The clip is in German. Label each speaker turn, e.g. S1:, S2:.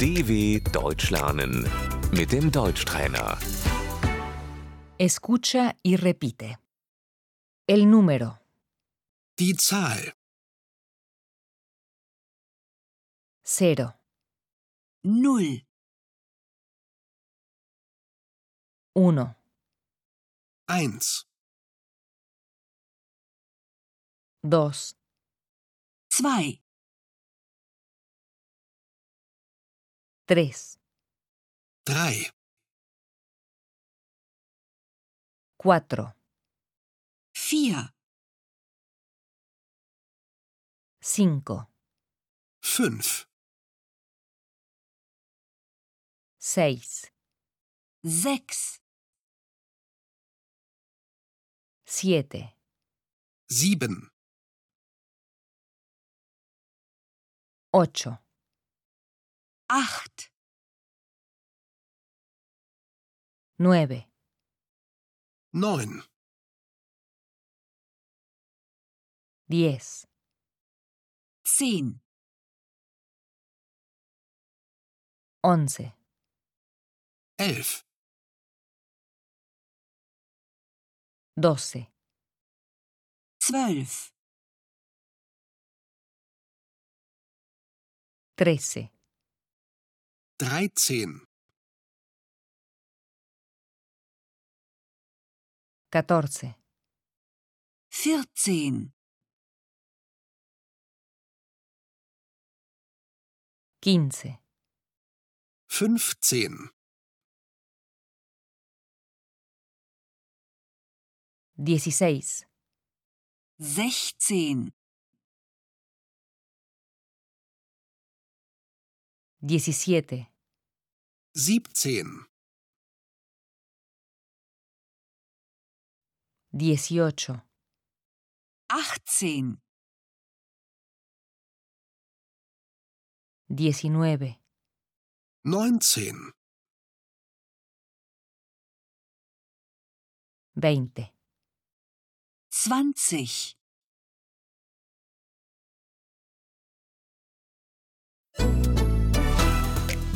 S1: DW Deutsch lernen mit dem Deutschtrainer.
S2: Escucha y repite. El número
S3: Die Zahl
S2: 0,
S4: Null,
S2: 1,
S3: 1,
S2: 2,
S4: zwei,
S2: 3,
S3: 3,
S2: 4,
S4: vier,
S2: 5,
S3: 5,
S2: 6,
S4: sechs,
S2: 7,
S3: 7,
S2: 8,
S4: acht,
S2: 9,
S3: 9,
S2: 10,
S4: zehn,
S2: 11,
S3: 11,
S2: 12,
S4: zwölf,
S2: 13,
S3: 13,
S2: 14,
S4: vierzehn,
S2: 15,
S3: 15,
S2: 16,
S4: sechzehn,
S2: 17,
S3: 17,
S2: 18,
S4: achtzehn,
S2: 19,
S3: 19,
S2: 20,
S4: zwanzig.